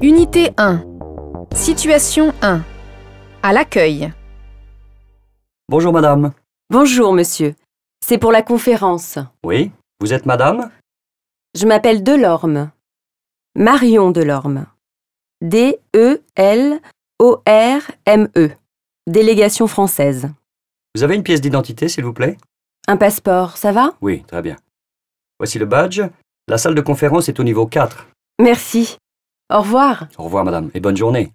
Unité 1. Situation 1. À l'accueil. Bonjour madame. Bonjour, monsieur. C'est pour la conférence. Oui, vous êtes madame Je m'appelle Delorme. Marion Delorme. E D-E-L-O-R-M-E. E. Délégation française. Vous avez une pièce d'identité s'il vous plaît Un passeport, ça va Oui, très bien. Voici le badge. La salle de conférence est au niveau 4. Merci. Au revoir. Au revoir madame et bonne journée.